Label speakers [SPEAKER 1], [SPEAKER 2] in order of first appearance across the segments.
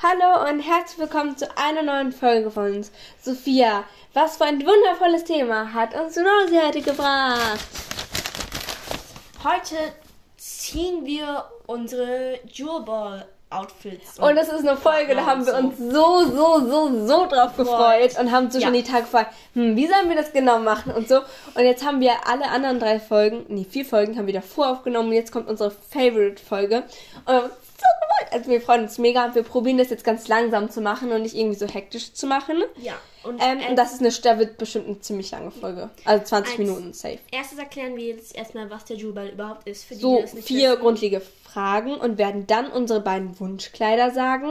[SPEAKER 1] Hallo und herzlich willkommen zu einer neuen Folge von uns. Sophia, was für ein wundervolles Thema hat uns Rosie heute gebracht?
[SPEAKER 2] Heute ziehen wir unsere Jewel Ball Outfits.
[SPEAKER 1] Und das ist eine Folge, da haben wir uns so, so, so, so drauf gefreut und haben so schon
[SPEAKER 2] Ja.
[SPEAKER 1] die Tage gefragt, hm, wie sollen wir das genau machen und so. Und jetzt haben wir alle anderen drei Folgen, nee, vier Folgen haben wir davor aufgenommen und jetzt kommt unsere Favorite-Folge. Und wir haben uns so gefreut. Also wir freuen uns mega und wir probieren das jetzt ganz langsam zu machen und nicht irgendwie so hektisch zu machen.
[SPEAKER 2] Ja. Und
[SPEAKER 1] Ähm, und
[SPEAKER 2] als
[SPEAKER 1] das ist eine, da wird bestimmt eine ziemlich lange Folge. Also 20
[SPEAKER 2] Eins.
[SPEAKER 1] Minuten safe.
[SPEAKER 2] erstes erklären wir jetzt erstmal, was der Jewel Ball überhaupt ist. Für die,
[SPEAKER 1] So
[SPEAKER 2] die das nicht
[SPEAKER 1] vier
[SPEAKER 2] wissen.
[SPEAKER 1] grundlegende Fragen und werden dann unsere beiden Wunschkleider sagen.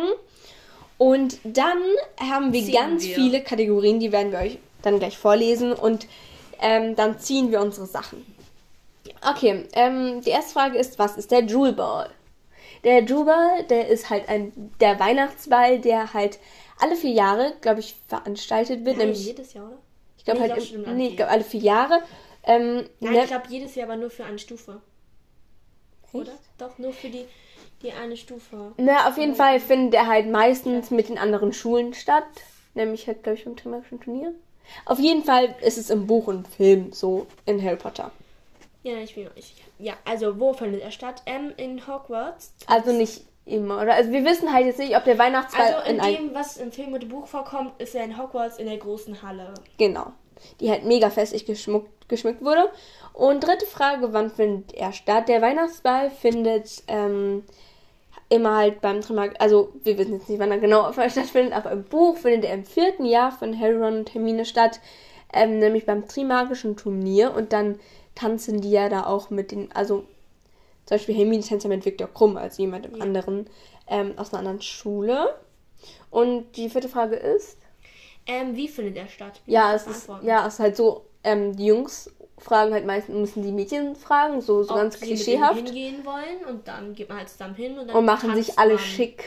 [SPEAKER 1] Und dann haben wir
[SPEAKER 2] Ziehen
[SPEAKER 1] ganz
[SPEAKER 2] wir.
[SPEAKER 1] viele Kategorien, die werden wir euch dann gleich vorlesen und ähm, dann ziehen wir unsere Sachen. Okay, ähm, die erste Frage ist, was ist der Jewel Ball? Der Jewel Ball, der ist halt ein, der Weihnachtsball, der halt alle vier Jahre, glaube ich, veranstaltet wird.
[SPEAKER 2] Nein,
[SPEAKER 1] nämlich
[SPEAKER 2] jedes Jahr, oder?
[SPEAKER 1] Ich glaube
[SPEAKER 2] Nee,
[SPEAKER 1] halt,
[SPEAKER 2] glaub
[SPEAKER 1] im-
[SPEAKER 2] schon immer
[SPEAKER 1] nee,
[SPEAKER 2] an
[SPEAKER 1] ich glaube alle vier Jahre. Ähm,
[SPEAKER 2] Nein,
[SPEAKER 1] ne-
[SPEAKER 2] ich glaube jedes Jahr, aber nur für eine Stufe. Oder?
[SPEAKER 1] Echt?
[SPEAKER 2] Doch, nur für die, die eine Stufe.
[SPEAKER 1] Na, auf jeden Fall findet er halt meistens mit den anderen Schulen statt. Nämlich halt, glaube ich, beim Trimarischen Turnier. Auf jeden Fall ist es im Buch und Film so in Harry Potter.
[SPEAKER 2] Ja, ich bin mir auch nicht sicher. Ja, also wo findet er statt? Ähm, in Hogwarts.
[SPEAKER 1] Also nicht immer, oder? Also wir wissen halt jetzt nicht, ob der Weihnachtsball
[SPEAKER 2] Also in
[SPEAKER 1] in ein...
[SPEAKER 2] dem, was im Film und Buch vorkommt, ist er in Hogwarts in der großen Halle.
[SPEAKER 1] Genau. Die halt mega festlich geschmuckt, geschmückt wurde. Und dritte Frage, wann findet er statt? Der Weihnachtsball findet ähm, immer halt beim Trimag, also wir wissen jetzt nicht, wann er genau stattfindet, aber im Buch findet er im vierten Jahr von Harry, Ron und Hermine statt, ähm, nämlich beim Trimagischen Turnier und dann tanzen die ja da auch mit den, also zum Beispiel Hermine tanzt ja mit Viktor Krumm, also jemandem anderen ähm, aus einer anderen Schule. Und die vierte Frage ist?
[SPEAKER 2] Ähm, wie findet er statt? Wie
[SPEAKER 1] Ja,
[SPEAKER 2] muss
[SPEAKER 1] es
[SPEAKER 2] man
[SPEAKER 1] ist,
[SPEAKER 2] antworten?
[SPEAKER 1] ja, es ist halt so, ähm, die Jungs fragen halt meistens, müssen die Mädchen fragen, so, so
[SPEAKER 2] Ob
[SPEAKER 1] ganz
[SPEAKER 2] sie mit ihm
[SPEAKER 1] klischeehaft.
[SPEAKER 2] hingehen wollen und dann geht man halt zusammen hin und dann
[SPEAKER 1] Und machen
[SPEAKER 2] tanzt
[SPEAKER 1] sich alle
[SPEAKER 2] man.
[SPEAKER 1] schick.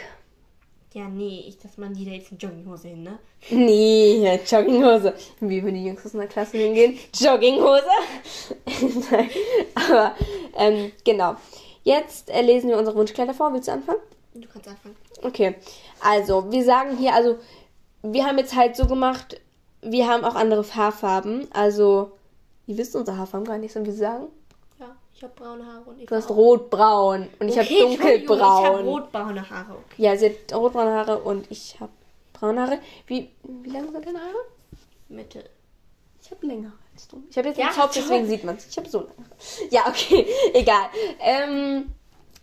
[SPEAKER 2] Ja, nee, ich, dass man die da jetzt in Jogginghose hin, ne?
[SPEAKER 1] Nee, Jogginghose. Wie würden die Jungs aus einer Klasse hingehen? Jogginghose? Nein. Aber, ähm, genau. Jetzt äh, lesen wir unsere Wunschkleider vor. Willst du anfangen?
[SPEAKER 2] Du kannst anfangen.
[SPEAKER 1] Okay, also wir sagen hier, also wir haben jetzt halt so gemacht, wir haben auch andere Haarfarben. Also, ihr wisst unsere Haarfarben gar nicht, sollen wir sie sagen?
[SPEAKER 2] Ja, ich habe braune Haare und ich
[SPEAKER 1] Du hast rotbraun und ich habe
[SPEAKER 2] Ich habe
[SPEAKER 1] dunkelbraun.
[SPEAKER 2] rotbraune Haare, okay.
[SPEAKER 1] ja, sie hat rotbraune Haare und ich habe braune Haare. Wie, wie lang sind deine Haare?
[SPEAKER 2] Mitte.
[SPEAKER 1] Ich habe länger als du. Ich habe jetzt
[SPEAKER 2] Ja,
[SPEAKER 1] einen Zopf,
[SPEAKER 2] toll.
[SPEAKER 1] deswegen sieht man es. Ich habe so lange Haare. Ja, okay, egal. Ähm,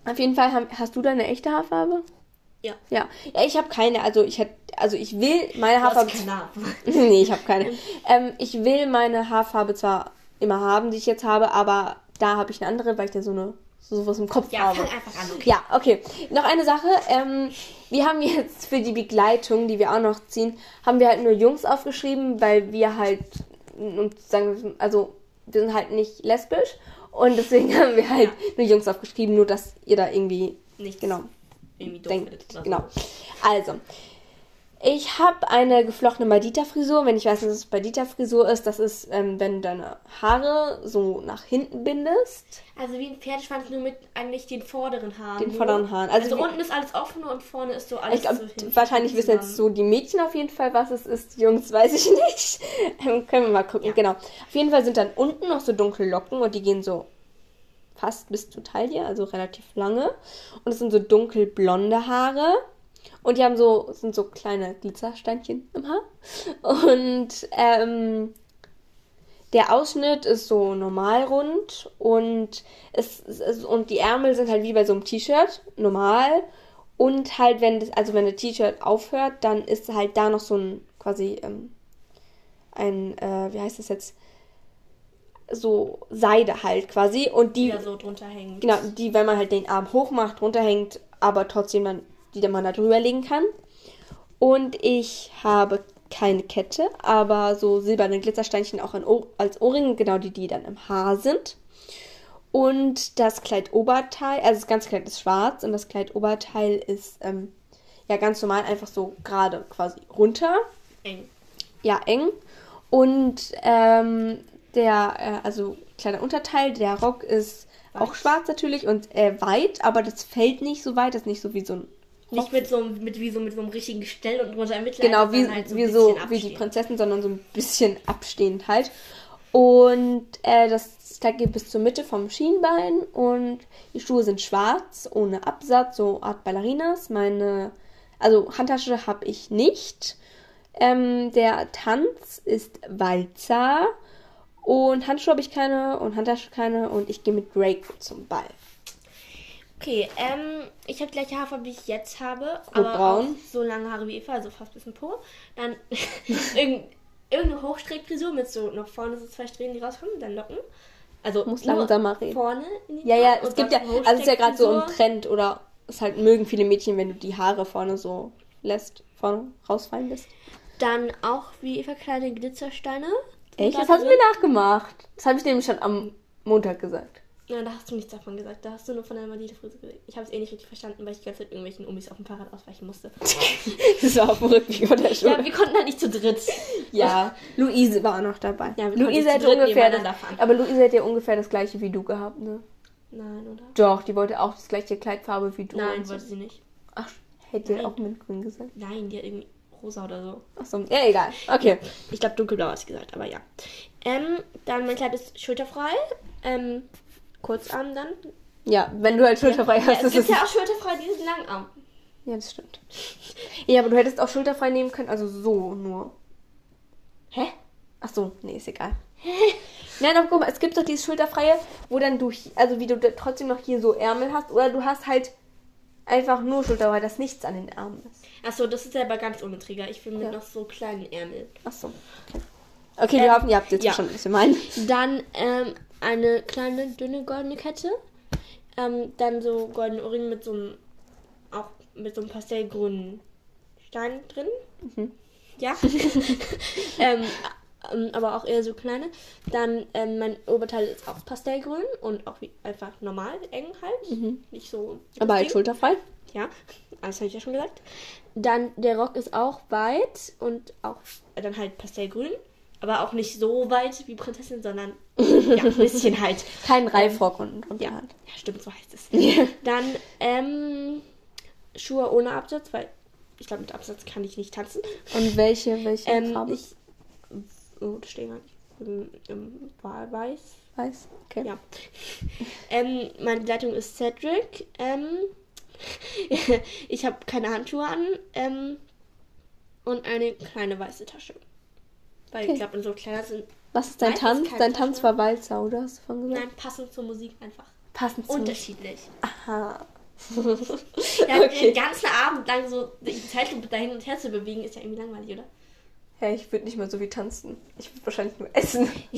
[SPEAKER 1] auf jeden Fall haben, hast du da eine echte Haarfarbe?
[SPEAKER 2] Ja.
[SPEAKER 1] Ja, ja ich habe keine. Also ich hätte, also ich will meine
[SPEAKER 2] Du
[SPEAKER 1] Haarfarbe.
[SPEAKER 2] hast keine Haare.
[SPEAKER 1] nee, ich habe keine. Ähm, ich will meine Haarfarbe zwar immer haben, die ich jetzt habe, aber da habe ich eine andere, weil ich da so eine so was im Kopf
[SPEAKER 2] Ja,
[SPEAKER 1] habe.
[SPEAKER 2] fang einfach an, okay.
[SPEAKER 1] Ja, okay. Noch eine Sache. Ähm, wir haben jetzt für die Begleitung, die wir auch noch ziehen, haben wir halt nur Jungs aufgeschrieben, weil wir halt uns sagen, also wir sind halt nicht lesbisch und deswegen haben wir halt nur Jungs aufgeschrieben, nur dass ihr da irgendwie
[SPEAKER 2] Nichts
[SPEAKER 1] genau
[SPEAKER 2] Irgendwie doof
[SPEAKER 1] denkt.
[SPEAKER 2] findet oder so.
[SPEAKER 1] Genau. Also, ich habe eine geflochtene Badita-Frisur. Wenn ich weiß, dass es Badita-Frisur ist, das ist, ähm, wenn du deine Haare so nach hinten bindest.
[SPEAKER 2] Also wie ein Pferdeschwanz, nur mit eigentlich den vorderen Haaren.
[SPEAKER 1] Den
[SPEAKER 2] nur.
[SPEAKER 1] vorderen Haaren. Also
[SPEAKER 2] Also,
[SPEAKER 1] wie-
[SPEAKER 2] unten ist alles offen und vorne ist so alles
[SPEAKER 1] Ich glaube,
[SPEAKER 2] so hin-
[SPEAKER 1] wahrscheinlich wissen jetzt
[SPEAKER 2] zusammen.
[SPEAKER 1] so die Mädchen auf jeden Fall, was es ist. Die Jungs weiß ich nicht. Ähm, können wir mal gucken.
[SPEAKER 2] Ja.
[SPEAKER 1] Genau. Auf jeden Fall sind dann unten noch so dunkle Locken und die gehen so fast bis zur Taille, also relativ lange. Und es sind so dunkelblonde Haare. Und die haben so, sind so kleine Glitzersteinchen im Haar. Und ähm, der Ausschnitt ist so normal rund und, es, es- es, und die Ärmel sind halt wie bei so einem T-Shirt, normal. Und halt, wenn das, also wenn das T-Shirt aufhört, dann ist halt da noch so ein quasi ähm, ein, äh, wie heißt das jetzt? So Seide halt quasi. Und die,
[SPEAKER 2] wieder so drunter hängen.
[SPEAKER 1] Genau, die, wenn man halt den Arm hoch macht, runterhängt, aber trotzdem dann, die dann man da drüber legen kann. Und ich habe keine Kette, aber so silberne Glitzersteinchen auch an Ohr- als Ohrringe, genau die, die dann im Haar sind. Und das Kleid-Oberteil, also das ganze Kleid ist schwarz und das Kleid-Oberteil ist ähm, ja ganz normal einfach so gerade quasi runter
[SPEAKER 2] Eng.
[SPEAKER 1] ja eng. Und ähm, der, äh, also kleiner Unterteil, der Rock ist
[SPEAKER 2] Weiß.
[SPEAKER 1] auch schwarz natürlich und äh, weit, aber das fällt nicht so weit, das ist nicht so wie so ein
[SPEAKER 2] Nicht mit so, einem- mit, wie so, mit so einem richtigen Gestell und drunter ein Mittelalter.
[SPEAKER 1] Genau, wie,
[SPEAKER 2] sondern halt
[SPEAKER 1] wie,
[SPEAKER 2] ein
[SPEAKER 1] so,
[SPEAKER 2] bisschen
[SPEAKER 1] wie die
[SPEAKER 2] abstehend.
[SPEAKER 1] Prinzessin, sondern so ein bisschen abstehend halt. Und äh, das Kleid geht bis zur Mitte vom Schienbein und die Schuhe sind schwarz, ohne Absatz, so Art Ballerinas. Meine, also Handtasche habe ich nicht. Ähm, der Tanz ist Walzer und Handschuhe habe ich keine und Handtasche keine und ich gehe mit Drake zum Ball.
[SPEAKER 2] Okay, ähm, ich habe gleiche Haare, wie ich jetzt habe.
[SPEAKER 1] Grob
[SPEAKER 2] aber
[SPEAKER 1] braun.
[SPEAKER 2] Auch so lange Haare wie Eva, also fast bis zum Po. Dann irgend- irgendeine Hochstreckfrisur mit so noch vorne so zwei Strähnen, die rauskommen, dann Locken. Also
[SPEAKER 1] Muss
[SPEAKER 2] nur
[SPEAKER 1] langsamer reden.
[SPEAKER 2] Vorne in die
[SPEAKER 1] Ja, ja,
[SPEAKER 2] Haare
[SPEAKER 1] es
[SPEAKER 2] und
[SPEAKER 1] gibt ja,
[SPEAKER 2] sonst
[SPEAKER 1] also es ist ja gerade so im
[SPEAKER 2] Hochstreckfrisur.
[SPEAKER 1] Trend oder es halt mögen viele Mädchen, wenn du die Haare vorne so lässt, vorne rausfallen lässt.
[SPEAKER 2] Dann auch wie Eva kleine Glitzersteine.
[SPEAKER 1] Echt?
[SPEAKER 2] Da
[SPEAKER 1] Das hast du
[SPEAKER 2] drin.
[SPEAKER 1] mir nachgemacht. Das habe ich nämlich schon am Montag gesagt.
[SPEAKER 2] Ja, da hast du nichts davon gesagt. Da hast du nur von der Madita-Frisur gesagt. Ich habe es eh nicht richtig verstanden, weil ich die ganze Zeit irgendwelchen Umis auf dem Fahrrad ausweichen musste.
[SPEAKER 1] Das war auf dem Rückweg von der
[SPEAKER 2] ja,
[SPEAKER 1] Schule.
[SPEAKER 2] wir konnten halt nicht zu dritt.
[SPEAKER 1] Ja, Luise war auch noch dabei.
[SPEAKER 2] Ja, wir konnten
[SPEAKER 1] Luise
[SPEAKER 2] nicht
[SPEAKER 1] hat
[SPEAKER 2] zu dritt
[SPEAKER 1] ungefähr
[SPEAKER 2] nebeneinander
[SPEAKER 1] das,
[SPEAKER 2] fahren.
[SPEAKER 1] aber Luise hat ja ungefähr das gleiche wie du gehabt, ne?
[SPEAKER 2] Nein, oder?
[SPEAKER 1] Doch, die wollte auch das gleiche Kleidfarbe wie du. und
[SPEAKER 2] Nein,
[SPEAKER 1] so.
[SPEAKER 2] wollte sie nicht.
[SPEAKER 1] Ach, hätte
[SPEAKER 2] Nein.
[SPEAKER 1] ja auch mintgrün gesagt.
[SPEAKER 2] Nein, die hat irgendwie rosa oder so.
[SPEAKER 1] Ach so, ja, egal. Okay.
[SPEAKER 2] Ich glaube, dunkelblau hast du gesagt, aber ja. Ähm, dann mein Kleid ist schulterfrei. Ähm, Kurzarm dann.
[SPEAKER 1] Ja, wenn du halt schulterfrei
[SPEAKER 2] ja,
[SPEAKER 1] hast,
[SPEAKER 2] es
[SPEAKER 1] ist es
[SPEAKER 2] gibt ja auch schulterfrei diesen Langarm.
[SPEAKER 1] Ja, das stimmt. Ja, aber du hättest auch schulterfrei nehmen können, also so nur.
[SPEAKER 2] Hä?
[SPEAKER 1] Ach so, nee, ist egal. Nein, aber guck mal, es gibt doch dieses schulterfreie, wo dann du, hi- also wie du da trotzdem noch hier so Ärmel hast, oder du hast halt einfach nur schulterfrei, dass nichts an den Armen ist.
[SPEAKER 2] Achso, das ist ja aber ganz ohne Träger. Ich will mit
[SPEAKER 1] Ja.
[SPEAKER 2] noch so kleinen Ärmeln.
[SPEAKER 1] Ach so. Okay,
[SPEAKER 2] Ähm,
[SPEAKER 1] wir haben, ihr habt jetzt
[SPEAKER 2] ja.
[SPEAKER 1] schon, was wir meinen.
[SPEAKER 2] Dann ähm, eine kleine, dünne goldene Kette. Ähm, dann so goldene Ohrringe mit so einem, auch mit so einem pastellgrünen Stein drin.
[SPEAKER 1] Mhm.
[SPEAKER 2] Ja. ähm, ähm, aber auch eher so kleine. Dann ähm, mein Oberteil ist auch pastellgrün und auch wie einfach normal eng halt. Nicht so.
[SPEAKER 1] Mhm. Aber halt schulterfrei.
[SPEAKER 2] Ja, das habe ich ja schon gesagt. Dann der Rock ist auch weit und auch äh, dann halt pastellgrün. Aber auch nicht so weit wie Prinzessin, sondern ja, ein bisschen halt.
[SPEAKER 1] Kein Reifrock unten drunter
[SPEAKER 2] Ja,
[SPEAKER 1] halt.
[SPEAKER 2] ja stimmt, so heißt es. Dann ähm, Schuhe ohne Absatz, weil ich glaube, mit Absatz kann ich nicht tanzen.
[SPEAKER 1] Und welche, welche
[SPEAKER 2] Ähm,
[SPEAKER 1] Farbe?
[SPEAKER 2] ich. Oh, das stehen gar nicht. Im, im Wahlweiß.
[SPEAKER 1] weiß. Okay.
[SPEAKER 2] Ja. ähm, meine Leitung ist Cedric. Ähm, ich habe keine Handschuhe an. Ähm, und eine kleine weiße Tasche. Weil ich
[SPEAKER 1] Okay.
[SPEAKER 2] glaube, unsere Kleider sind
[SPEAKER 1] Was ist dein
[SPEAKER 2] Weiß ist
[SPEAKER 1] Tanz?
[SPEAKER 2] kein
[SPEAKER 1] Dein Tanz war
[SPEAKER 2] Tasche.
[SPEAKER 1] Walzer, oder? Hast du von gesagt?
[SPEAKER 2] nein, passend zur Musik einfach.
[SPEAKER 1] Passend zum.
[SPEAKER 2] Unterschiedlich.
[SPEAKER 1] Aha.
[SPEAKER 2] Ja,
[SPEAKER 1] Okay.
[SPEAKER 2] Den ganzen Abend lang so die Zeitlupe da hin und her zu bewegen, ist ja irgendwie langweilig, oder?
[SPEAKER 1] Ja, ich würde nicht mal so wie tanzen. Ich würde wahrscheinlich nur essen.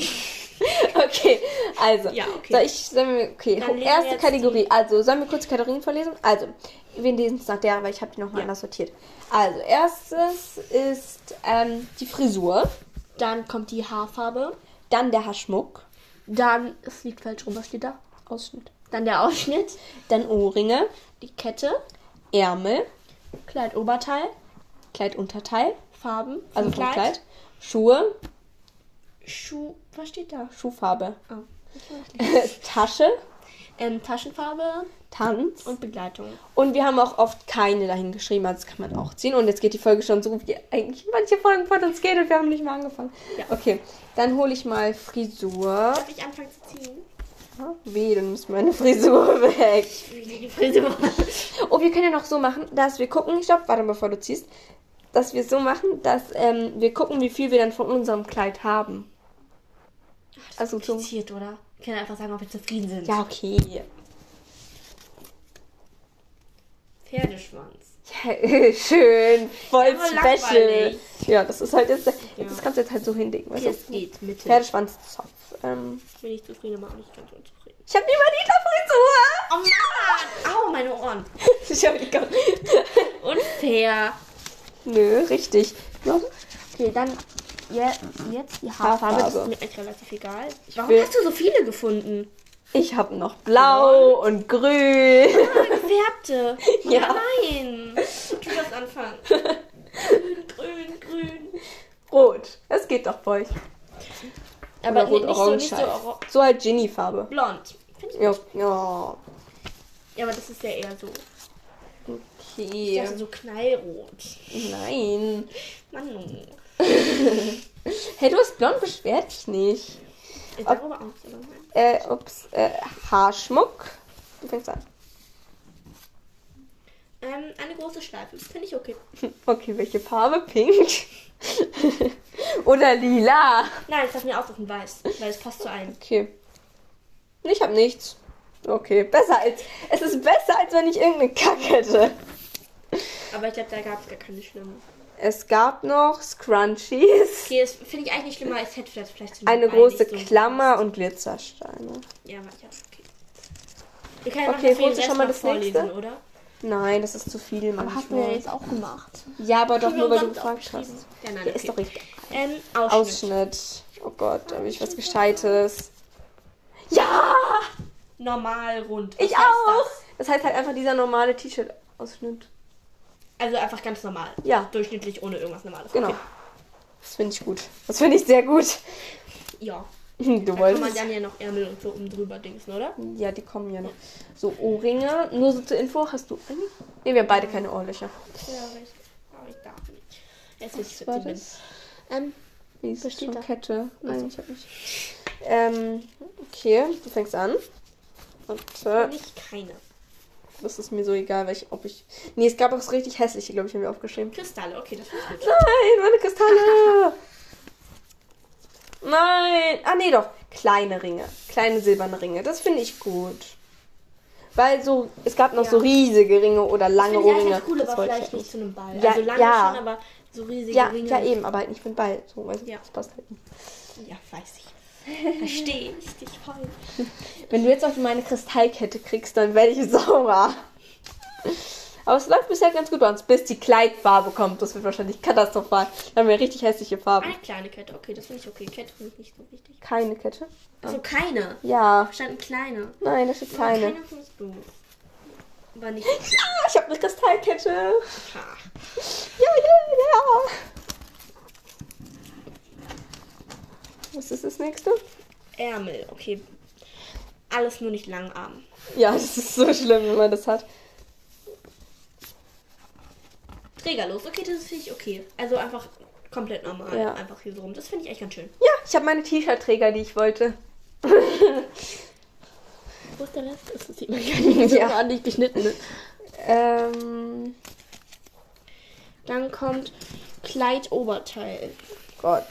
[SPEAKER 1] okay, also.
[SPEAKER 2] Ja, okay.
[SPEAKER 1] Soll ich, sollen wir, okay,
[SPEAKER 2] Dann lesen wir
[SPEAKER 1] erste
[SPEAKER 2] jetzt
[SPEAKER 1] Kategorie. Also, sollen wir kurz die Kategorien vorlesen? Also, wir lesen es nach der, weil ich habe die nochmal
[SPEAKER 2] Ja.
[SPEAKER 1] anders sortiert. Also, erstes ist ähm, die Frisur,
[SPEAKER 2] Dann kommt die Haarfarbe.
[SPEAKER 1] dann der Haarschmuck,
[SPEAKER 2] Dann, es liegt falsch rum, was steht da?
[SPEAKER 1] Ausschnitt,
[SPEAKER 2] Dann der Ausschnitt.
[SPEAKER 1] dann Ohrringe,
[SPEAKER 2] Die Kette.
[SPEAKER 1] Ärmel,
[SPEAKER 2] Kleid, Oberteil.
[SPEAKER 1] Kleid, Unterteil,
[SPEAKER 2] Farben. vom
[SPEAKER 1] also vom Kleid. Schuhe,
[SPEAKER 2] Schuh, was steht da?
[SPEAKER 1] Schuhfarbe,
[SPEAKER 2] Oh.
[SPEAKER 1] Tasche,
[SPEAKER 2] Ähm, Taschenfarbe
[SPEAKER 1] Tanz.
[SPEAKER 2] und Begleitung.
[SPEAKER 1] Und wir haben auch oft keine dahin geschrieben, also das kann man auch ziehen. Und jetzt geht die Folge schon so, wie eigentlich manche Folgen von uns geht und wir haben nicht mal angefangen.
[SPEAKER 2] Ja.
[SPEAKER 1] Okay, dann hole ich mal Frisur. Ah,
[SPEAKER 2] Darf ich anfangen zu ziehen?
[SPEAKER 1] Weh, dann ist meine Frisur weg.
[SPEAKER 2] Ich will die Frisur.
[SPEAKER 1] Oh, wir können ja noch so machen, dass wir gucken, stopp, warte, bevor du ziehst, dass wir so machen, dass ähm, wir gucken, wie viel wir dann von unserem Kleid haben. Also zum...
[SPEAKER 2] Kompliziert, oder? Ich kann einfach sagen, ob wir zufrieden sind.
[SPEAKER 1] Ja, okay.
[SPEAKER 2] Pferdeschwanz.
[SPEAKER 1] Schön, voll
[SPEAKER 2] Ja, aber
[SPEAKER 1] special.
[SPEAKER 2] langweilig.
[SPEAKER 1] Ja, das ist halt jetzt...
[SPEAKER 2] Ja.
[SPEAKER 1] Das kannst du jetzt halt so hinlegen. weißt
[SPEAKER 2] Okay,
[SPEAKER 1] du?
[SPEAKER 2] es geht. Mitte.
[SPEAKER 1] Pferdeschwanzzopf. Ähm,
[SPEAKER 2] Bin ich zufrieden, aber auch nicht ganz unzufrieden.
[SPEAKER 1] ich habe die Manita-Frisur.
[SPEAKER 2] Oh Mann! Au, meine Ohren.
[SPEAKER 1] Ich habe die gar
[SPEAKER 2] Unfair.
[SPEAKER 1] Nö, richtig. Ja,
[SPEAKER 2] Okay, dann je, jetzt die
[SPEAKER 1] Haarfarbe.
[SPEAKER 2] Haarfarbe. Das ist mir eigentlich relativ egal. Warum
[SPEAKER 1] will-
[SPEAKER 2] hast du so viele gefunden?
[SPEAKER 1] Ich habe noch blau und grün.
[SPEAKER 2] Ah, gefärbte. Oh
[SPEAKER 1] Ja.
[SPEAKER 2] Nein. Du darfst anfangen. Grün, grün, grün.
[SPEAKER 1] Rot. Das geht doch bei euch. Oder
[SPEAKER 2] Aber
[SPEAKER 1] rot,
[SPEAKER 2] nicht, nicht so,
[SPEAKER 1] orange.
[SPEAKER 2] nicht so
[SPEAKER 1] halt.
[SPEAKER 2] ora-
[SPEAKER 1] so halt Ginny-Farbe.
[SPEAKER 2] blond. Find ich,
[SPEAKER 1] Ja, ja.
[SPEAKER 2] ja, aber das ist ja eher so. Ich
[SPEAKER 1] Okay.
[SPEAKER 2] dachte so knallrot.
[SPEAKER 1] Nein.
[SPEAKER 2] Mann, oh.
[SPEAKER 1] Hey, du bist blond, beschwer dich nicht.
[SPEAKER 2] Ist darüber auch so gemein.
[SPEAKER 1] Äh, ups, äh, Haarschmuck. Du fängst an.
[SPEAKER 2] ähm, Eine große Schleife. Finde ich okay.
[SPEAKER 1] Okay, welche Farbe? Pink? Oder lila?
[SPEAKER 2] Nein, ich darf mir aussuchen, weiß. Weil es passt zu einem.
[SPEAKER 1] Okay. Ich hab nichts. Okay, besser als. Es ist besser, als wenn ich irgendeine Kacke hätte.
[SPEAKER 2] Aber ich glaube, da gab es gar keine schlimme.
[SPEAKER 1] Es gab noch Scrunchies,
[SPEAKER 2] Okay, das finde ich eigentlich nicht schlimmer, als hätte das vielleicht zu mir
[SPEAKER 1] eine
[SPEAKER 2] beiden
[SPEAKER 1] große
[SPEAKER 2] nicht so-
[SPEAKER 1] Klammer und Glitzersteine.
[SPEAKER 2] Ja, aber ja, okay. Wir können
[SPEAKER 1] Okay,
[SPEAKER 2] okay,
[SPEAKER 1] holst du
[SPEAKER 2] schon mal das vorlesen, nächste? oder?
[SPEAKER 1] Nein, das ist zu viel manchmal.
[SPEAKER 2] auch gemacht.
[SPEAKER 1] ja, aber doch
[SPEAKER 2] Haben wir
[SPEAKER 1] nur, weil du
[SPEAKER 2] uns
[SPEAKER 1] gefragt hast.
[SPEAKER 2] aufgeschrieben? Ja, nein,
[SPEAKER 1] Der
[SPEAKER 2] okay.
[SPEAKER 1] ist doch richtig.
[SPEAKER 2] Ähm, Ausschnitt.
[SPEAKER 1] Ausschnitt. Oh Gott, da habe ich was Gescheites. Ja!
[SPEAKER 2] Normal, rund. Was
[SPEAKER 1] Ich
[SPEAKER 2] heißt
[SPEAKER 1] auch!
[SPEAKER 2] Das?
[SPEAKER 1] Das heißt halt einfach dieser normale T-Shirt-Ausschnitt.
[SPEAKER 2] Also einfach ganz normal.
[SPEAKER 1] Ja.
[SPEAKER 2] Durchschnittlich, ohne irgendwas Normales.
[SPEAKER 1] Genau.
[SPEAKER 2] Okay.
[SPEAKER 1] Das finde ich gut. Das finde ich sehr gut.
[SPEAKER 2] Ja.
[SPEAKER 1] Hm, Du
[SPEAKER 2] Da kann man
[SPEAKER 1] wolltest.
[SPEAKER 2] dann ja noch Ärmel und so oben drüber dingsen, oder?
[SPEAKER 1] Ja, die kommen ja noch. So, Ohrringe. Nur so zur Info, hast du einen? Ne, wir haben beide keine Ohrlöcher.
[SPEAKER 2] Ja, richtig. Aber ich darf nicht. Jetzt ist es
[SPEAKER 1] Was war
[SPEAKER 2] zu
[SPEAKER 1] das?
[SPEAKER 2] Ähm,
[SPEAKER 1] Wie ist
[SPEAKER 2] Besteht
[SPEAKER 1] Besteht
[SPEAKER 2] da?
[SPEAKER 1] Kette? Nein, ich hab nicht. Ähm, okay, du fängst an. Und äh,
[SPEAKER 2] nicht keine.
[SPEAKER 1] das ist mir so egal, welch, ob ich. Nee, es gab auch so richtig hässliche, glaube ich, haben wir aufgeschrieben.
[SPEAKER 2] Kristalle, okay, das ist gut.
[SPEAKER 1] Nein, meine Kristalle! Nein! Ah, nee, doch. Kleine Ringe. Kleine silberne Ringe. Das finde ich gut. Weil so, es gab noch
[SPEAKER 2] Ja.
[SPEAKER 1] so riesige Ringe oder lange
[SPEAKER 2] Finde ich
[SPEAKER 1] Ohrringe.
[SPEAKER 2] eigentlich cool,
[SPEAKER 1] Das
[SPEAKER 2] aber
[SPEAKER 1] wollte ich
[SPEAKER 2] vielleicht
[SPEAKER 1] ja
[SPEAKER 2] nicht zu einem Ball.
[SPEAKER 1] Ja,
[SPEAKER 2] also lange
[SPEAKER 1] ja.
[SPEAKER 2] schon, aber so riesige
[SPEAKER 1] Ja,
[SPEAKER 2] Ringe.
[SPEAKER 1] ja, eben, aber halt nicht mit Ball. So, weißt du,
[SPEAKER 2] Ja.
[SPEAKER 1] das passt halt nicht.
[SPEAKER 2] Ja, weiß ich. Verstehe ich dich voll.
[SPEAKER 1] Wenn du jetzt auf meine Kristallkette kriegst, dann werde ich sauer. Aber es läuft bisher ganz gut bei uns, bis die Kleidfarbe kommt. Das wird wahrscheinlich katastrophal. Dann haben wir richtig hässliche Farben.
[SPEAKER 2] Eine kleine Kette, okay, das finde ich okay. Kette finde ich nicht so wichtig.
[SPEAKER 1] Keine Kette?
[SPEAKER 2] Also keine.
[SPEAKER 1] Ja.
[SPEAKER 2] Verstanden, kleine.
[SPEAKER 1] Nein, da steht
[SPEAKER 2] Aber
[SPEAKER 1] keine.
[SPEAKER 2] Keine finde ich doof. Aber nicht.
[SPEAKER 1] Ah, ich habe eine Kristallkette. Ja,
[SPEAKER 2] Ha.
[SPEAKER 1] ja, ja. Was ist das nächste?
[SPEAKER 2] Ärmel, okay. Alles nur nicht langarm.
[SPEAKER 1] Ja, das ist so schlimm, wenn man das hat.
[SPEAKER 2] Trägerlos, okay, das finde ich okay. Also einfach komplett normal.
[SPEAKER 1] Ja.
[SPEAKER 2] Einfach hier so rum. Das finde ich echt ganz schön.
[SPEAKER 1] Ja, ich habe meine T-Shirt-Träger, die ich wollte.
[SPEAKER 2] Wo ist der Rest? Das ist immer gar nicht
[SPEAKER 1] so
[SPEAKER 2] ordentlich geschnitten. ne?
[SPEAKER 1] Ähm,
[SPEAKER 2] Dann kommt Kleidoberteil.
[SPEAKER 1] Gott.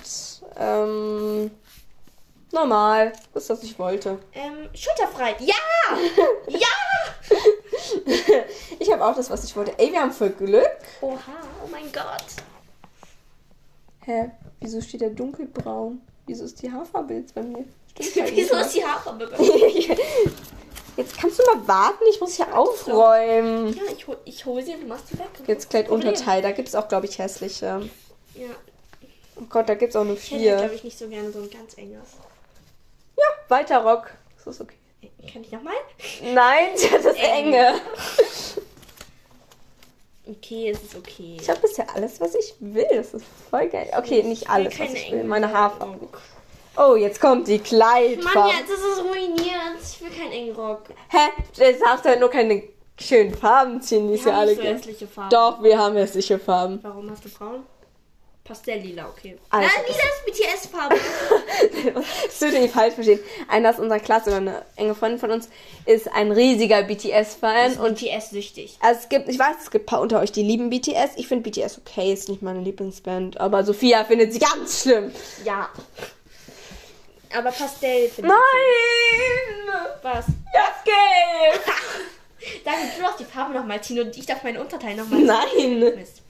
[SPEAKER 1] Ähm, normal. Das ist, was ich wollte.
[SPEAKER 2] Ähm, schulterfrei. Ja! ja!
[SPEAKER 1] Ich habe auch das, was ich wollte. Ey, wir haben voll Glück.
[SPEAKER 2] Oha, oh mein Gott.
[SPEAKER 1] Hä? Wieso steht der dunkelbraun? Wieso ist die Haarfarbe jetzt bei mir? Stimmt halt
[SPEAKER 2] Wieso
[SPEAKER 1] nicht,
[SPEAKER 2] ist die Haarfarbe bei mir?
[SPEAKER 1] ne? Jetzt kannst du mal warten, ich muss hier aufräumen.
[SPEAKER 2] Ja, ich, hol, ich hol sie und du machst die weg.
[SPEAKER 1] Jetzt Kleidunterteil, da gibt es auch, glaube ich, hässliche.
[SPEAKER 2] Ja,
[SPEAKER 1] Oh Gott, da gibt es auch nur
[SPEAKER 2] ich hätte,
[SPEAKER 1] vier.
[SPEAKER 2] glaube ich, nicht so gerne so ein ganz enges. Äh,
[SPEAKER 1] Ja, weiter Rock. Das ist okay.
[SPEAKER 2] Kann ich nochmal?
[SPEAKER 1] Nein, das ist
[SPEAKER 2] Eng.
[SPEAKER 1] enge.
[SPEAKER 2] Okay, es ist okay.
[SPEAKER 1] Ich habe bisher alles, was ich will. Das ist voll geil. Okay, nicht alles, was
[SPEAKER 2] keine
[SPEAKER 1] ich will.
[SPEAKER 2] engen
[SPEAKER 1] Meine
[SPEAKER 2] Rock.
[SPEAKER 1] Haarfarbe. Oh, jetzt kommt die
[SPEAKER 2] Mann,
[SPEAKER 1] Kleidfarbe.
[SPEAKER 2] jetzt ist es ruiniert. Ich will keinen engen Rock.
[SPEAKER 1] Hä? Jetzt hast du halt nur keine schönen Farben ziehen, die es
[SPEAKER 2] Wir
[SPEAKER 1] ja
[SPEAKER 2] haben
[SPEAKER 1] alle
[SPEAKER 2] nicht so
[SPEAKER 1] gibt.
[SPEAKER 2] hässliche Farben.
[SPEAKER 1] Doch, wir haben hässliche Farben.
[SPEAKER 2] Warum hast du braun? Pastelllila, okay.
[SPEAKER 1] Also,
[SPEAKER 2] Nein, lila ist BTS-Farbe.
[SPEAKER 1] Das würde ich falsch verstehen. Einer aus unserer Klasse oder eine enge Freundin von uns ist ein riesiger BTS-Fan und
[SPEAKER 2] und BTS-süchtig.
[SPEAKER 1] Also es gibt, ich weiß, es gibt ein paar unter euch, die lieben BTS. Ich finde BTS okay, ist nicht meine Lieblingsband, aber Sophia findet sie ganz schlimm.
[SPEAKER 2] Ja. Aber Pastell finde
[SPEAKER 1] Nein!
[SPEAKER 2] ich. Was?
[SPEAKER 1] Das geht!
[SPEAKER 2] Dann du doch die Farbe nochmal ziehen und ich darf meinen Unterteil nochmal ziehen.
[SPEAKER 1] Nein!
[SPEAKER 2] Mist.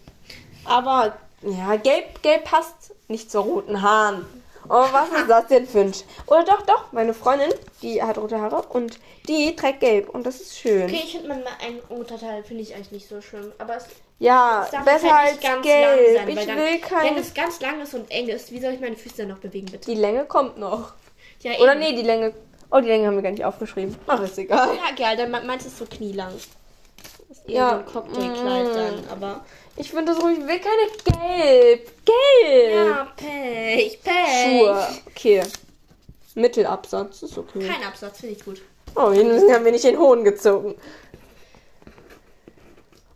[SPEAKER 1] Aber, ja, gelb, gelb passt nicht zu roten Haaren. Oh, was ist das denn für ein... Sch- Oder doch, doch, meine Freundin, die hat rote Haare und die trägt gelb und das ist schön.
[SPEAKER 2] Okay, ich finde mal einen Unterteil finde ich eigentlich nicht so schlimm. Aber es
[SPEAKER 1] Ja,
[SPEAKER 2] es darf
[SPEAKER 1] besser
[SPEAKER 2] halt
[SPEAKER 1] als
[SPEAKER 2] nicht ganz
[SPEAKER 1] gelb.
[SPEAKER 2] lang sein. weil
[SPEAKER 1] ich
[SPEAKER 2] dann,
[SPEAKER 1] will
[SPEAKER 2] Wenn
[SPEAKER 1] kein...
[SPEAKER 2] es ganz lang ist und eng ist, wie soll ich meine Füße dann noch bewegen, bitte?
[SPEAKER 1] Die Länge kommt noch.
[SPEAKER 2] Ja,
[SPEAKER 1] Oder
[SPEAKER 2] eben.
[SPEAKER 1] nee, die Länge... Oh, die Länge haben wir gar nicht aufgeschrieben. Ach, ist egal.
[SPEAKER 2] Ja, geil, dann me- meinst du es so knielang. Das ist eher
[SPEAKER 1] Ja. Mm.
[SPEAKER 2] so ein Cocktailkleid dann, aber.
[SPEAKER 1] Ich finde das ruhig, ich will keine gelb. Gelb!
[SPEAKER 2] Ja, Pech, Pech.
[SPEAKER 1] Schuhe. Okay. Mittelabsatz ist okay.
[SPEAKER 2] Kein Absatz, finde ich gut.
[SPEAKER 1] Oh, jedenfalls haben wir nicht den Hohn gezogen.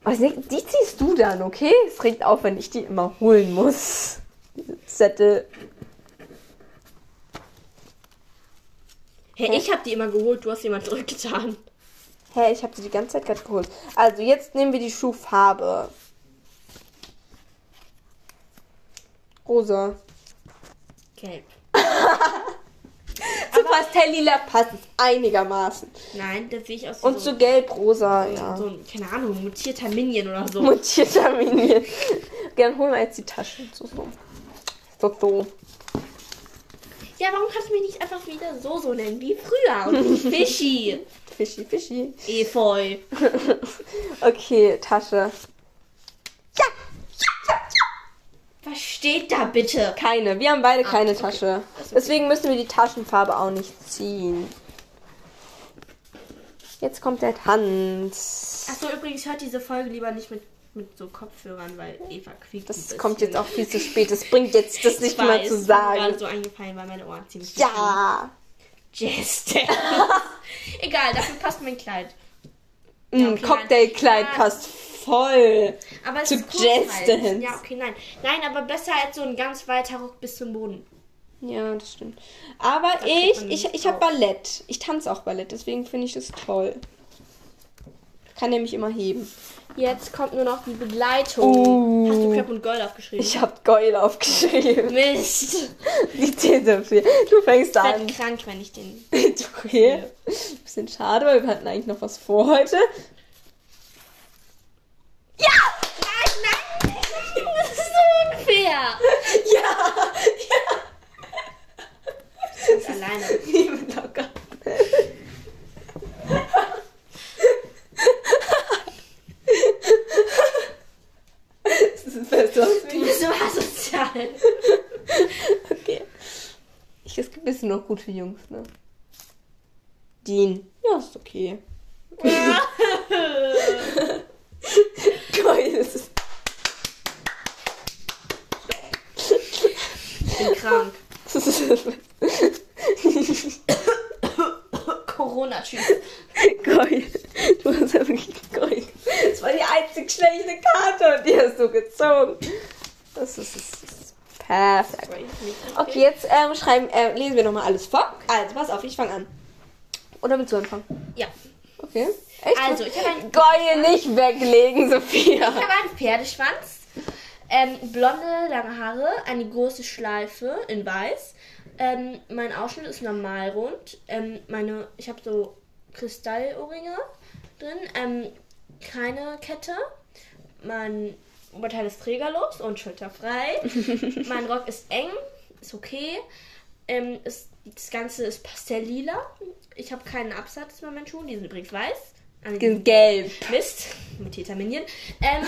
[SPEAKER 1] Was, die, die ziehst du dann, okay? Es regt auf, wenn ich die immer holen muss. Diese Zettel.
[SPEAKER 2] Hä, hey, ich habe die immer geholt, du hast jemand zurückgetan.
[SPEAKER 1] Hä, hey, ich habe sie die ganze Zeit gerade geholt. Also, jetzt nehmen wir die Schuhfarbe. Rosa.
[SPEAKER 2] Gelb.
[SPEAKER 1] Zu Pastellila passt es einigermaßen.
[SPEAKER 2] Nein, das sehe ich aus wie
[SPEAKER 1] Und
[SPEAKER 2] so,
[SPEAKER 1] zu gelb-rosa, ja.
[SPEAKER 2] so ein, keine Ahnung, mutierter Minion oder so.
[SPEAKER 1] Mutierter Minion. Gern holen wir jetzt die Taschen. So, so. So, so.
[SPEAKER 2] Ja, warum kannst du mich nicht einfach wieder so so nennen wie früher? Und nicht Fischi.
[SPEAKER 1] Fischi, fischi.
[SPEAKER 2] Efeu.
[SPEAKER 1] Okay, Tasche. Ja!
[SPEAKER 2] Was steht da bitte?
[SPEAKER 1] Keine. Wir haben beide keine
[SPEAKER 2] Ah, okay.
[SPEAKER 1] Tasche. Deswegen müssen wir die Taschenfarbe auch nicht ziehen. Jetzt kommt der Tanz.
[SPEAKER 2] Achso, übrigens hört diese Folge lieber nicht mit, mit so Kopfhörern, weil Eva quiekt. ein
[SPEAKER 1] Das
[SPEAKER 2] bisschen.
[SPEAKER 1] kommt jetzt auch viel zu spät. Das bringt jetzt das
[SPEAKER 2] Ich
[SPEAKER 1] nicht mehr
[SPEAKER 2] weiß,
[SPEAKER 1] zu
[SPEAKER 2] mir gerade
[SPEAKER 1] sagen.
[SPEAKER 2] so eingefallen, weil meine Ohren ziemlich.
[SPEAKER 1] Ja.
[SPEAKER 2] Jazz Egal, dafür passt mein Kleid.
[SPEAKER 1] Mm,
[SPEAKER 2] okay,
[SPEAKER 1] Cocktailkleid
[SPEAKER 2] nein.
[SPEAKER 1] passt voll.
[SPEAKER 2] Aber es
[SPEAKER 1] Zu
[SPEAKER 2] ist kurz
[SPEAKER 1] Jazz
[SPEAKER 2] halt.
[SPEAKER 1] Dance.
[SPEAKER 2] Ja, okay, nein. Nein, aber besser als so ein ganz weiter Rock bis zum Boden.
[SPEAKER 1] Ja, das stimmt. Aber
[SPEAKER 2] kriegt
[SPEAKER 1] ich,
[SPEAKER 2] man
[SPEAKER 1] ich,
[SPEAKER 2] nicht
[SPEAKER 1] ich habe
[SPEAKER 2] drauf.
[SPEAKER 1] Ballett. Ich tanze auch Ballett, deswegen finde ich das toll. Kann nämlich immer heben.
[SPEAKER 2] Jetzt kommt nur noch die Begleitung.
[SPEAKER 1] Oh.
[SPEAKER 2] Hast du Crap und Gold aufgeschrieben?
[SPEAKER 1] Ich habe Geul aufgeschrieben.
[SPEAKER 2] Mist.
[SPEAKER 1] Die These für. Du fängst
[SPEAKER 2] Ich werd
[SPEAKER 1] an.
[SPEAKER 2] krank, wenn ich den.
[SPEAKER 1] Du hier. Bisschen schade, weil wir hatten eigentlich noch was vor heute.
[SPEAKER 2] Nein, nein! Das ist so unfair!
[SPEAKER 1] Ja,
[SPEAKER 2] Das ist alleine.
[SPEAKER 1] liebe locker. Das ist besser.
[SPEAKER 2] Du bist so asozial.
[SPEAKER 1] Okay. Ich, es gibt bisschen noch gute Jungs, ne? Dean. Ja, ist okay. Geil, das ist.
[SPEAKER 2] Ich bin krank.
[SPEAKER 1] Das ist
[SPEAKER 2] Corona-Typ.
[SPEAKER 1] geil. Du hast ja wirklich geil. Das war die einzig schlechte Karte und die hast du gezogen. Das ist, das ist perfekt. Okay, jetzt ähm, schreiben, äh, lesen wir nochmal alles vor. Also, pass auf, ich fange an. Oder willst du anfangen?
[SPEAKER 2] Ja.
[SPEAKER 1] Okay. Echt?
[SPEAKER 2] Also, ich habe ein, ich
[SPEAKER 1] Geil nicht weglegen, Sophia.
[SPEAKER 2] hab einen Pferdeschwanz. Ähm, blonde, lange Haare, eine große Schleife in weiß. Ähm, mein Ausschnitt ist normal rund. Ähm, meine, ich habe so Kristallohrringe drin. Ähm, keine Kette. Mein Oberteil ist trägerlos und schulterfrei. mein Rock ist eng, ist okay. Ähm, ist, das Ganze ist pastellila. Ich habe keinen Absatz bei meinen Schuhen, die sind übrigens weiß. Also An den
[SPEAKER 1] Gelb.
[SPEAKER 2] Mist, mit Tetaminieren. Ähm,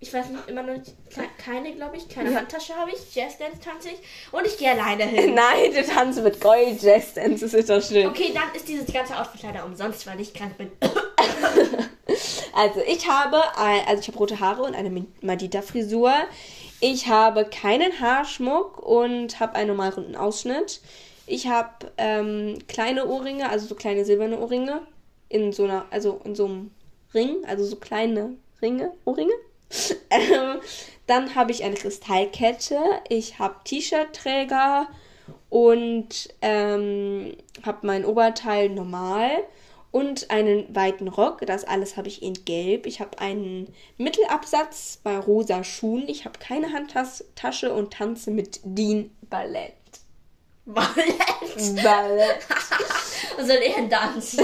[SPEAKER 2] ich weiß nicht, immer noch nicht, ke- keine, glaube ich, keine Handtasche habe ich, Jazzdance tanze ich und ich gehe alleine hin.
[SPEAKER 1] Nein, du tanzt mit Gold, Jazz, Dance, das ist doch schön.
[SPEAKER 2] Okay, dann ist dieses ganze Outfit leider umsonst, weil ich krank bin.
[SPEAKER 1] Also ich habe, ein, also ich habe rote Haare und eine Madita-Frisur. Ich habe keinen Haarschmuck und habe einen normal runden Ausschnitt. Ich habe ähm, kleine Ohrringe, also so kleine silberne Ohrringe in so einer, also in so einem Ring, also so kleine Ringe, Ohrringe. ähm, dann habe ich eine Kristallkette. Ich habe T-Shirt-Träger und ähm, habe mein Oberteil normal und einen weiten Rock. Das alles habe ich in Gelb. Ich habe einen Mittelabsatz bei rosa Schuhen. Ich habe keine Handtasche und tanze mit Dean Ballett.
[SPEAKER 2] Ballett.
[SPEAKER 1] Ballett.
[SPEAKER 2] Was soll er denn tanzen?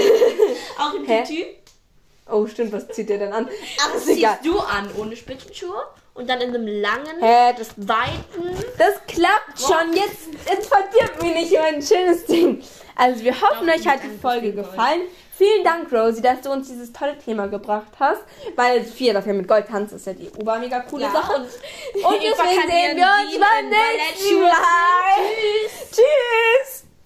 [SPEAKER 2] Auch im
[SPEAKER 1] Hä?
[SPEAKER 2] Tütü?
[SPEAKER 1] Oh, stimmt, was zieht der denn an? Ach, ist
[SPEAKER 2] Das
[SPEAKER 1] egal.
[SPEAKER 2] ziehst du an, ohne Spitzenschuhe und dann in einem langen,
[SPEAKER 1] Hä, das,
[SPEAKER 2] weiten...
[SPEAKER 1] das klappt schon. Jetzt, jetzt verdirbt mir nicht mein schönes Ding. Also, wir hoffen,
[SPEAKER 2] Doch,
[SPEAKER 1] euch hat die
[SPEAKER 2] danke,
[SPEAKER 1] Folge
[SPEAKER 2] vielen Dank.
[SPEAKER 1] gefallen. Vielen Dank, Rosie, dass du uns dieses tolle Thema gebracht hast. Weil Sophia dafür mit Gold tanzt, ist ja die obermega coole Sache.
[SPEAKER 2] Und,
[SPEAKER 1] Und deswegen sehen wir uns beim nächsten Mal. Tschüss.